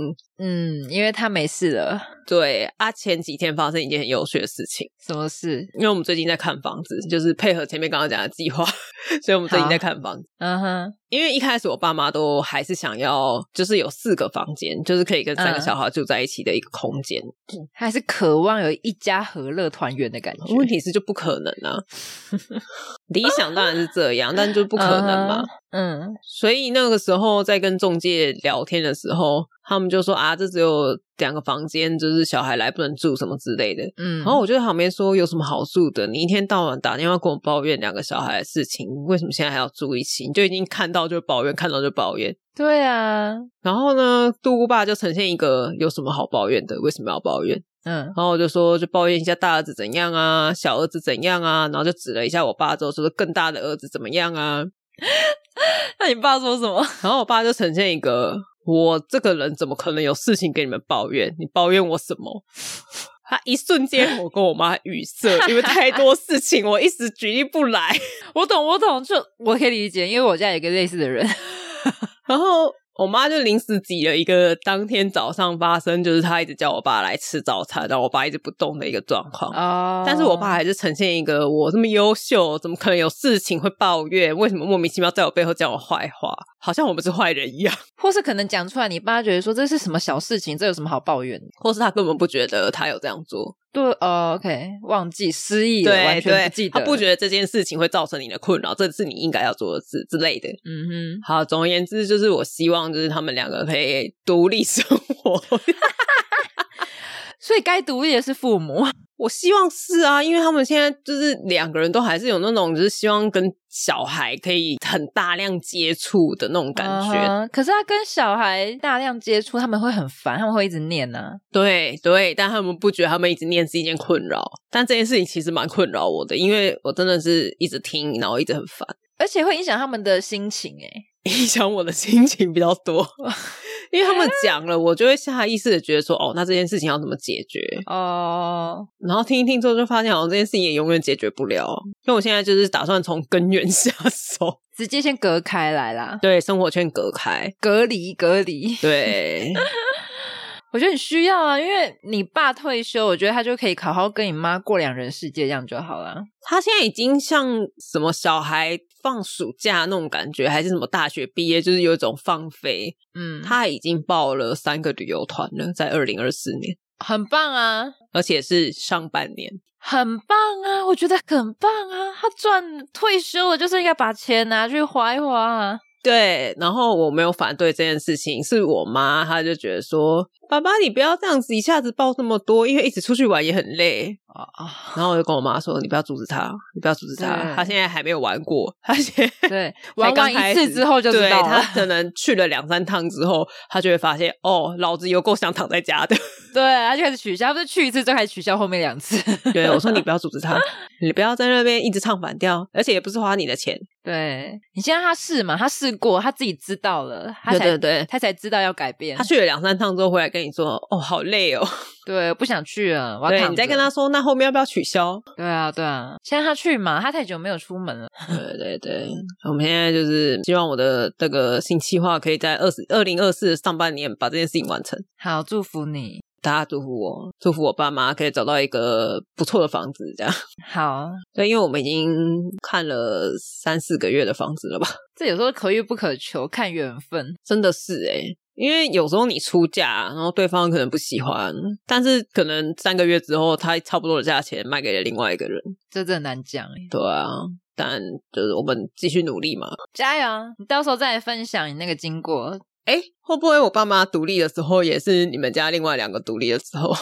[SPEAKER 2] 嗯，因为他没事了，
[SPEAKER 3] 对啊，前几天发生一件很有趣的事情，
[SPEAKER 2] 什么事？
[SPEAKER 3] 因为我们最近在看房子，就是配合前面刚刚讲的计划， 所以我们最近在看房子。
[SPEAKER 2] 嗯哼，
[SPEAKER 3] 因为一开始我爸妈都还是想要，就是有四个房间，就是可以跟三个
[SPEAKER 2] 嗯
[SPEAKER 3] 小孩住在一起的一个空间。
[SPEAKER 2] 还是渴望有一家和乐团圆的感觉。
[SPEAKER 3] 问题是就不可能啊， 理想当然是这样，但就不可能嘛。
[SPEAKER 2] 嗯，
[SPEAKER 3] 所以那个时候在跟中介聊天的时候，他们就说啊，这只有两个房间，就是小孩来不能住什么之类的。
[SPEAKER 2] 嗯，
[SPEAKER 3] 然后我就在旁边说，有什么好住的？你一天到晚打电话跟我抱怨两个小孩的事情，为什么现在还要住一起？你就已经看到就抱怨，看到就抱怨。
[SPEAKER 2] 对啊，
[SPEAKER 3] 然后呢，杜姑爸就呈现一个有什么好抱怨的？为什么要抱怨？
[SPEAKER 2] 嗯，
[SPEAKER 3] 然后我就说，就抱怨一下大儿子怎样啊，小儿子怎样啊，然后就指了一下我爸之后说，更大的儿子怎么样啊？
[SPEAKER 2] 那你爸说什么？
[SPEAKER 3] 然后我爸就呈现一个，我这个人怎么可能有事情给你们抱怨？你抱怨我什么？ 他一瞬间，我跟我妈语塞，因为太多事情，我一时举例不来。
[SPEAKER 2] 我懂，我懂，就我可以理解，因为我家有一个类似的人。
[SPEAKER 3] 然后我妈就临时挤了一个当天早上发生，就是她一直叫我爸来吃早餐，然后我爸一直不动的一个状况。
[SPEAKER 2] 哦
[SPEAKER 3] 但是我爸还是呈现一个我这么优秀，怎么可能有事情会抱怨？为什么莫名其妙在我背后讲我坏话？好像我们是坏人一样，
[SPEAKER 2] 或是可能讲出来，你爸觉得说这是什么小事情，这有什么好抱怨的？
[SPEAKER 3] 或是他根本不觉得他有这样做，
[SPEAKER 2] 对，哦，OK，忘记失忆了，完
[SPEAKER 3] 对
[SPEAKER 2] 全
[SPEAKER 3] 对
[SPEAKER 2] 不记，得
[SPEAKER 3] 他
[SPEAKER 2] 了，
[SPEAKER 3] 不觉得这件事情会造成你的困扰，这是你应该要做的事之类的。
[SPEAKER 2] 嗯
[SPEAKER 3] 好，总而言之，就是我希望就是他们两个可以独立生活。
[SPEAKER 2] 哼，所以该独立的是父母，
[SPEAKER 3] 我希望是啊，因为他们现在就是两个人都还是有那种就是希望跟小孩可以很大量接触的那种感觉。
[SPEAKER 2] 嗯哼可是他跟小孩大量接触，他们会很烦，他们会一直念啊呢、
[SPEAKER 3] 对对，但他们不觉得他们一直念是一件困扰，但这件事情其实蛮困扰我的，因为我真的是一直听，然后一直很烦。
[SPEAKER 2] 而且会影响他们的心情、欸。
[SPEAKER 3] 影响我的心情比较多，因为他们讲了，我就会下意识的觉得说，哦，那这件事情要怎么解决？
[SPEAKER 2] 哦，
[SPEAKER 3] 然后听一听之后，就发现好像这件事情也永远解决不了。因为我现在就是打算从根源 下手，
[SPEAKER 2] 直接先隔开来啦，
[SPEAKER 3] 对生活圈隔开。
[SPEAKER 2] 隔离隔离。
[SPEAKER 3] 对，
[SPEAKER 2] 我觉得你需要啊，因为你爸退休，我觉得他就可以好好跟你妈过两人世界，这样就好了。
[SPEAKER 3] 他现在已经像什么小孩放暑假那种感觉，还是什么大学毕业，就是有一种放飞。
[SPEAKER 2] 嗯，
[SPEAKER 3] 他已经报了三个旅游团了，在二零二四年，
[SPEAKER 2] 很棒啊，
[SPEAKER 3] 而且是上半年。
[SPEAKER 2] 很棒啊，我觉得很棒啊。他赚退休了，就是应该把钱拿去花一花啊。
[SPEAKER 3] 对，然后我没有反对这件事情，是我妈，她就觉得说：“爸爸，你不要这样子一下子报这么多，因为一直出去玩也很累。”
[SPEAKER 2] 啊、啊，
[SPEAKER 3] 然后我就跟我妈说：“你不要阻止他，你不要阻止他，
[SPEAKER 2] 对
[SPEAKER 3] 他现在还没有玩过，他 现在
[SPEAKER 2] 对，
[SPEAKER 3] 才
[SPEAKER 2] 玩
[SPEAKER 3] 刚
[SPEAKER 2] 完
[SPEAKER 3] 开
[SPEAKER 2] 一
[SPEAKER 3] 始
[SPEAKER 2] 次之后就知
[SPEAKER 3] 对
[SPEAKER 2] 道
[SPEAKER 3] 他
[SPEAKER 2] 了。
[SPEAKER 3] 可能去了两三趟之后，他就会发现哦，老子有够想躺在家的。
[SPEAKER 2] 对，啊他就开始取消，他不是去一次就开始取消后面两次。
[SPEAKER 3] 对我说：你不要阻止他， 你不要在那边一直唱反调，而且也不是花你的钱。
[SPEAKER 2] 对你先让他试嘛，他试过，他自己知道了，他才
[SPEAKER 3] 对对对
[SPEAKER 2] 他才知道要改变。
[SPEAKER 3] 他去了两三趟之后回来跟你说：哦，好累哦。
[SPEAKER 2] 对不想去了，我要
[SPEAKER 3] 对
[SPEAKER 2] 躺
[SPEAKER 3] 你再
[SPEAKER 2] 着
[SPEAKER 3] 跟他说，那后面要不要取消？
[SPEAKER 2] 对啊对啊，先让他去嘛，他太久没有出门了。
[SPEAKER 3] 对对对，我们现在就是希望我的这个新计划可以在二十二零二四上半年把这件事情完成。
[SPEAKER 2] 好，祝福你。
[SPEAKER 3] 大家祝福我，祝福我爸妈可以找到一个不错的房子，这样。
[SPEAKER 2] 好，
[SPEAKER 3] 对，因为我们已经看了三四个月的房子了吧？
[SPEAKER 2] 这有时候可遇不可求，看缘分。
[SPEAKER 3] 真的是诶、因为有时候你出价，然后对方可能不喜欢，但是可能三个月之后，他差不多的价钱卖给了另外一个人。
[SPEAKER 2] 这真的难讲哎，
[SPEAKER 3] 对啊，但就是我们继续努力嘛。
[SPEAKER 2] 加油！你到时候再来分享你那个经过。
[SPEAKER 3] 哎，会不会我爸妈独立的时候，也是你们家另外两个独立的时候？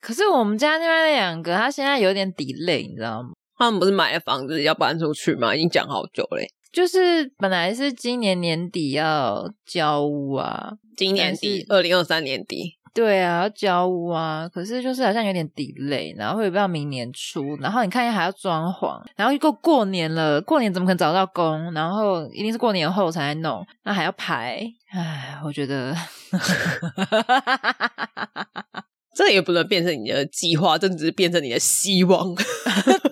[SPEAKER 2] 可是我们家另外那两个，他现在有点 delay，你知道吗？
[SPEAKER 3] 他们不是买了房子要搬出去吗？已经讲好久欸嘞、
[SPEAKER 2] 就是本来是今年年底要交屋啊，
[SPEAKER 3] 今年底，二零二三年底。
[SPEAKER 2] 对啊，要交屋啊，可是就是好像有点 delay，然后也不知道明年初，然后你看还要装潢，然后又过过年了，过年怎么可能找到工？然后一定是过年后才弄，那还要排，唉，我觉得
[SPEAKER 3] 这也不能变成你的计划，这只是变成你的希望。 对呀、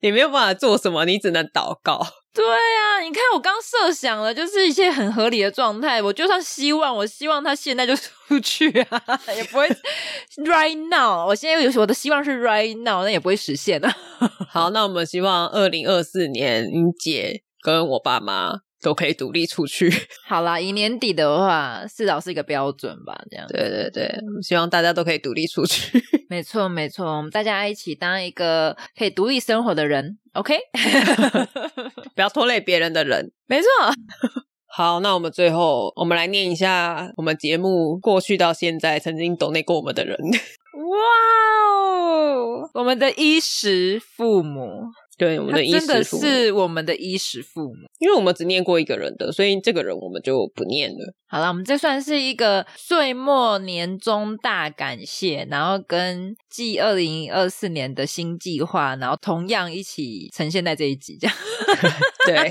[SPEAKER 3] 你没有办法做什么，你只能祷告。
[SPEAKER 2] 对啊，你看我刚设想了，就是一些很合理的状态，我就算希望，我希望他现在就 出去啊，也不会 right now，我现在有我的希望是 right now，那也不会实现啊。
[SPEAKER 3] 好，那我们希望二零二四年，你姐跟我爸妈都可以独立出去。
[SPEAKER 2] 好啦，以年底的话，至少是一个标准吧，这样。
[SPEAKER 3] 对对对，我们希望大家都可以独立出去。
[SPEAKER 2] 没错，没错，我们大家一起当一个可以独立生活的人，OK？
[SPEAKER 3] 不要拖累别人的人。
[SPEAKER 2] 没错，
[SPEAKER 3] 好，那我们最后我们来念一下我们节目过去到现在曾经懂内过我们的人。
[SPEAKER 2] 哇哦，我们的衣食父母，
[SPEAKER 3] 对，我们的衣
[SPEAKER 2] 他真的
[SPEAKER 3] 食父母，
[SPEAKER 2] 是我们的衣食父母。
[SPEAKER 3] 因为我们只念过一个人的，所以这个人我们就不念了。
[SPEAKER 2] 好了，我们这算是一个岁末年终大感谢，然后跟继二零二四年的新计划，然后同样一起呈现在这一集，这样。
[SPEAKER 3] 对，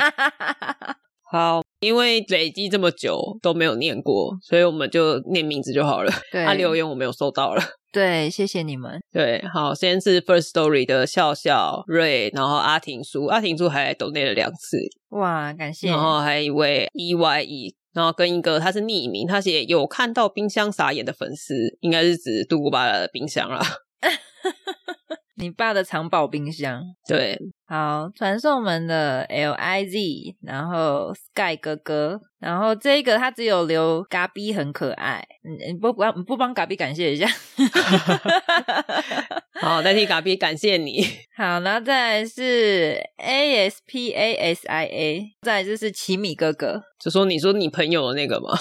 [SPEAKER 3] 好，因为累积这么久都没有念过，所以我们就念名字就好了。
[SPEAKER 2] 对，
[SPEAKER 3] 啊，留言我没有收到了。
[SPEAKER 2] 对，谢谢你们。
[SPEAKER 3] 对，好，先是 First Story 的笑笑瑞，然后阿婷叔，阿婷叔还抖内了两次，
[SPEAKER 2] 哇，感谢
[SPEAKER 3] 然后还有一位 E Y E，然后跟一个他是匿名，他写有看到冰箱傻眼的粉丝，应该是指杜古巴拉的冰箱啦。
[SPEAKER 2] 你爸的藏宝冰箱。
[SPEAKER 3] 对，
[SPEAKER 2] 好，传送门的 L I Z，然后 Sky 哥哥，然后这个他只有留嘎比很可爱，你你不不不帮嘎比感谢一下？
[SPEAKER 3] 好，代替嘎比感谢你。
[SPEAKER 2] 好，然后再来是 A S P A S I A，再来就是奇米哥哥，
[SPEAKER 3] 就说你说你朋友的那个嘛。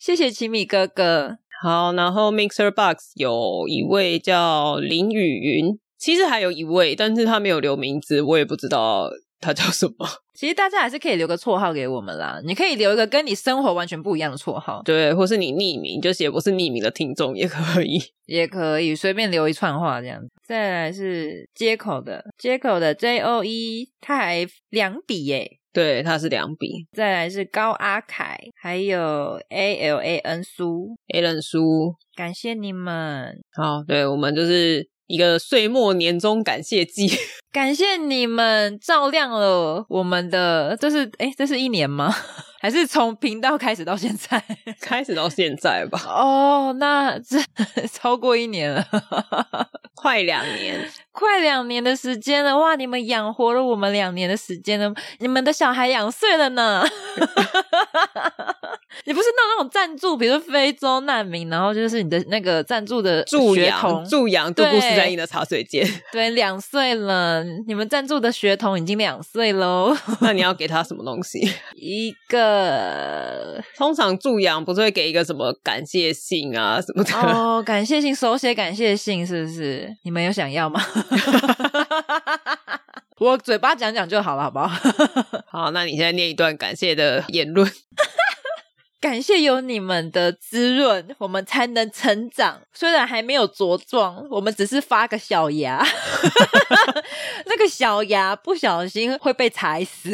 [SPEAKER 2] 谢谢奇米哥哥。
[SPEAKER 3] 好，然后 Mixer Box 有一位叫林雨云，其实还有一位，但是他没有留名字，我也不知道他叫什么。
[SPEAKER 2] 其实大家还是可以留个绰号给我们啦，你可以留一个跟你生活完全不一样的绰号
[SPEAKER 3] 对，或是你匿名，就写不是匿名的听众也可以。
[SPEAKER 2] 也可以，随便留一串话这样子。再来是接口的，接口的 J O E，他还两笔耶、
[SPEAKER 3] 对，他是两笔。
[SPEAKER 2] 再来是高阿凯，还有 A L A N 苏，
[SPEAKER 3] A 人书，
[SPEAKER 2] 感谢你们，
[SPEAKER 3] 好，对我们就是一个岁末年终感谢季。
[SPEAKER 2] 感谢你们照亮了我们的，这是哎，这是一年吗？ 还是从频道开始到现在？
[SPEAKER 3] 开始到现在吧，
[SPEAKER 2] 哦，那这 超过一年了，
[SPEAKER 3] 快两 年。
[SPEAKER 2] 快两年的时间了哇！你们养活了我们两年的时间了，你们的小孩养碎了呢。 你不是弄那种赞助，比如说非洲难民，然后就是你的那个赞助的
[SPEAKER 3] 助
[SPEAKER 2] 学
[SPEAKER 3] 养
[SPEAKER 2] 童
[SPEAKER 3] 助养独孤十
[SPEAKER 2] 对
[SPEAKER 3] 三姨的茶水间，
[SPEAKER 2] 对，两岁了，你们赞助的学童已经两岁喽。
[SPEAKER 3] 那你要给他什么东西？
[SPEAKER 2] 一个
[SPEAKER 3] 通常助养不是会给一个什么感谢信啊什么的？
[SPEAKER 2] 哦，感谢信，手写感谢信是不是？你们有想要吗？ 我嘴巴讲讲就好了，好不好？
[SPEAKER 3] 好，那你现在念一段感谢的言论。
[SPEAKER 2] 感谢有你们的滋润，我们才能成长。虽然还没有茁壮，我们只是发个小芽， 那个小芽不小心会被踩死，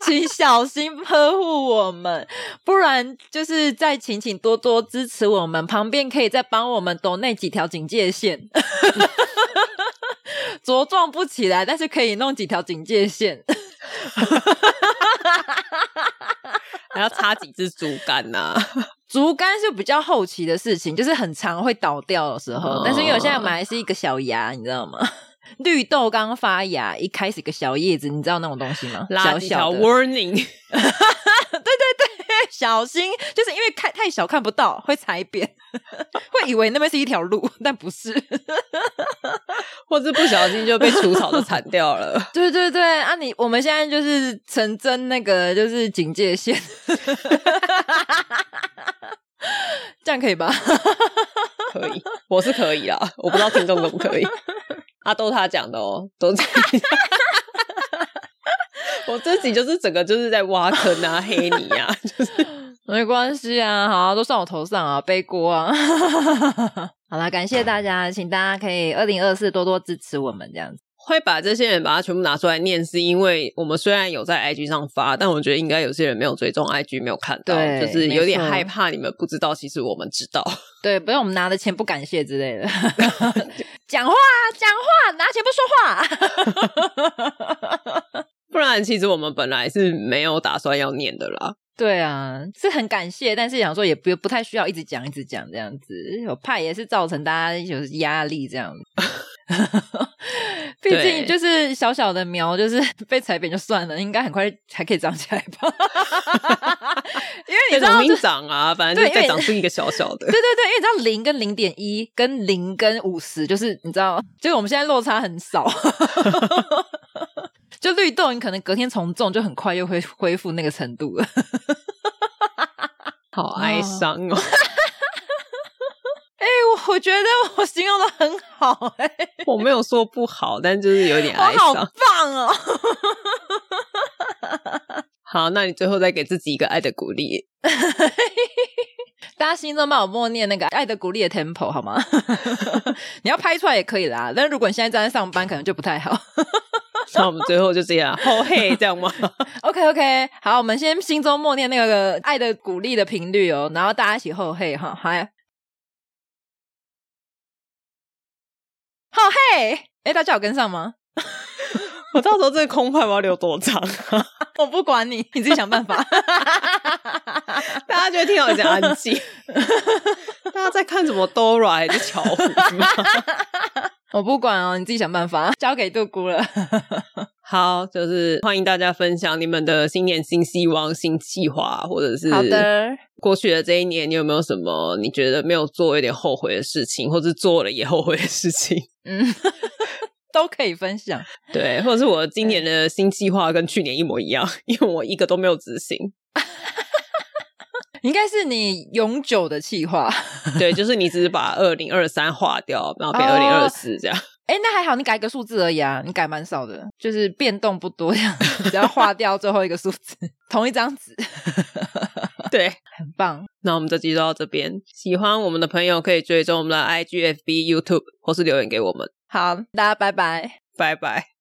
[SPEAKER 2] 请小心呵护我们，不然就是再请请多多支持我们。旁边可以再帮我们抖那几条警戒线， 茁壮不起来，但是可以弄几条警戒线。
[SPEAKER 3] 还要插几支竹竿啊呐、
[SPEAKER 2] 竹竿是比较后期的事情，就是很常会倒掉的时候。
[SPEAKER 3] 哦
[SPEAKER 2] 但是因为我现在买的是一个小芽，你知道吗？绿豆刚发芽，一开始一个小叶子，你知道那种东西吗？
[SPEAKER 3] 拉
[SPEAKER 2] 小
[SPEAKER 3] 几条
[SPEAKER 2] 小的，
[SPEAKER 3] warning，
[SPEAKER 2] 小心，就是因为看太小看不到，会踩扁，会以为那边是一条路，但不是。
[SPEAKER 3] 或是不小心就被除草的铲掉了。
[SPEAKER 2] 对对对，啊你，我们现在就是成真那个就是警戒线， 这样可以吧？
[SPEAKER 3] 可以，我是可以啦，我不知道听众可不可以。啊，都是他讲的哦，都 是他讲。我自己就是整个就是在挖坑啊、黑泥啊， 就是
[SPEAKER 2] 没关系啊，好啊都算我头上啊，背锅啊。 好啦，感谢大家，请大家可以二零二四多多支持我们这样子。
[SPEAKER 3] 会把这些人把它全部拿出来念，是因为我们虽然有在 IG 上发，但我觉得应该有些人没有追踪 IG，没有看到，
[SPEAKER 2] 对
[SPEAKER 3] 就是有点
[SPEAKER 2] 没错
[SPEAKER 3] 害怕你们不知道，其实我们知道。
[SPEAKER 2] 对，不要我们拿的钱不感谢之类的， 讲话啊讲话，拿钱不说话。
[SPEAKER 3] 不然，其实我们本来是没有打算要念的啦。
[SPEAKER 2] 对啊，是很感谢，但是想说也不不太需要一直讲一直讲这样子，我怕也是造成大家有压力这样子。 毕
[SPEAKER 3] 对
[SPEAKER 2] 竟就是小小的苗，就是 被踩扁就算了，应该很快还可以长起来吧？ 因为你
[SPEAKER 3] 再
[SPEAKER 2] 知道
[SPEAKER 3] 重
[SPEAKER 2] 就
[SPEAKER 3] 新长啊，反正就
[SPEAKER 2] 对因为
[SPEAKER 3] 再长出一个小小的
[SPEAKER 2] 对。对对，因为你知道零跟零点一跟零跟五十，就是你知道，就是我们现在落差很少。 就绿豆，你可能隔天重种，就很快又会恢复那个程度了。
[SPEAKER 3] 好哀伤哦！
[SPEAKER 2] 哎、我我觉得我形容的很好、哎，
[SPEAKER 3] 我没有说不好，但就是有点哀
[SPEAKER 2] 我好
[SPEAKER 3] 伤。
[SPEAKER 2] 棒哦！
[SPEAKER 3] 好，那你最后再给自己一个爱的鼓励。
[SPEAKER 2] 大家心中帮我默念那个爱的鼓励的 tempo 好吗？ 你要拍出来也可以啦，但如果你现在正在上班，可能就不太好。
[SPEAKER 3] 那我们最后就这样， 吼嘿，这样吗？
[SPEAKER 2] OK OK，好，我们先心中默念那个爱的鼓励的频率哦，然后大家一起后嘿哈，嗨，后嘿，哎，大家有跟上吗？
[SPEAKER 3] 我到时候这个空拍我要留多长啊？
[SPEAKER 2] 我不管你，你自己想办法。
[SPEAKER 3] 大家觉得听到有点安静，大家在看什么 Dora 还是巧虎吗？
[SPEAKER 2] 我不管哦，你自己想办 法，交给杜姑了。
[SPEAKER 3] 好，就是欢迎大家分享你们的新年新希望、新计划，或者是
[SPEAKER 2] 好的，
[SPEAKER 3] 过去的这一年，你有没有什么你觉得没有做有点后悔的事情，或者做了也后悔的事情？
[SPEAKER 2] 嗯， 都可以分享。
[SPEAKER 3] 对，或者是我今年的新计划跟去年一模一样，因为我一个都没有执行。
[SPEAKER 2] 应该是你永久的计划。
[SPEAKER 3] 对，就是你只是把二零二三划掉，然后变
[SPEAKER 2] 哦
[SPEAKER 3] 二零二四这样。
[SPEAKER 2] 哎、那还好，你改一个数字而已啊，你改蛮少的，就是变动不多，这样只要划掉最后一个数字，同一张纸，
[SPEAKER 3] 对，
[SPEAKER 2] 很棒。
[SPEAKER 3] 那我们这集就到这边。喜欢我们的朋友可以追踪我们的 IG、FB、YouTube，或是留言给我们。
[SPEAKER 2] 好，大家拜拜。
[SPEAKER 3] 拜拜。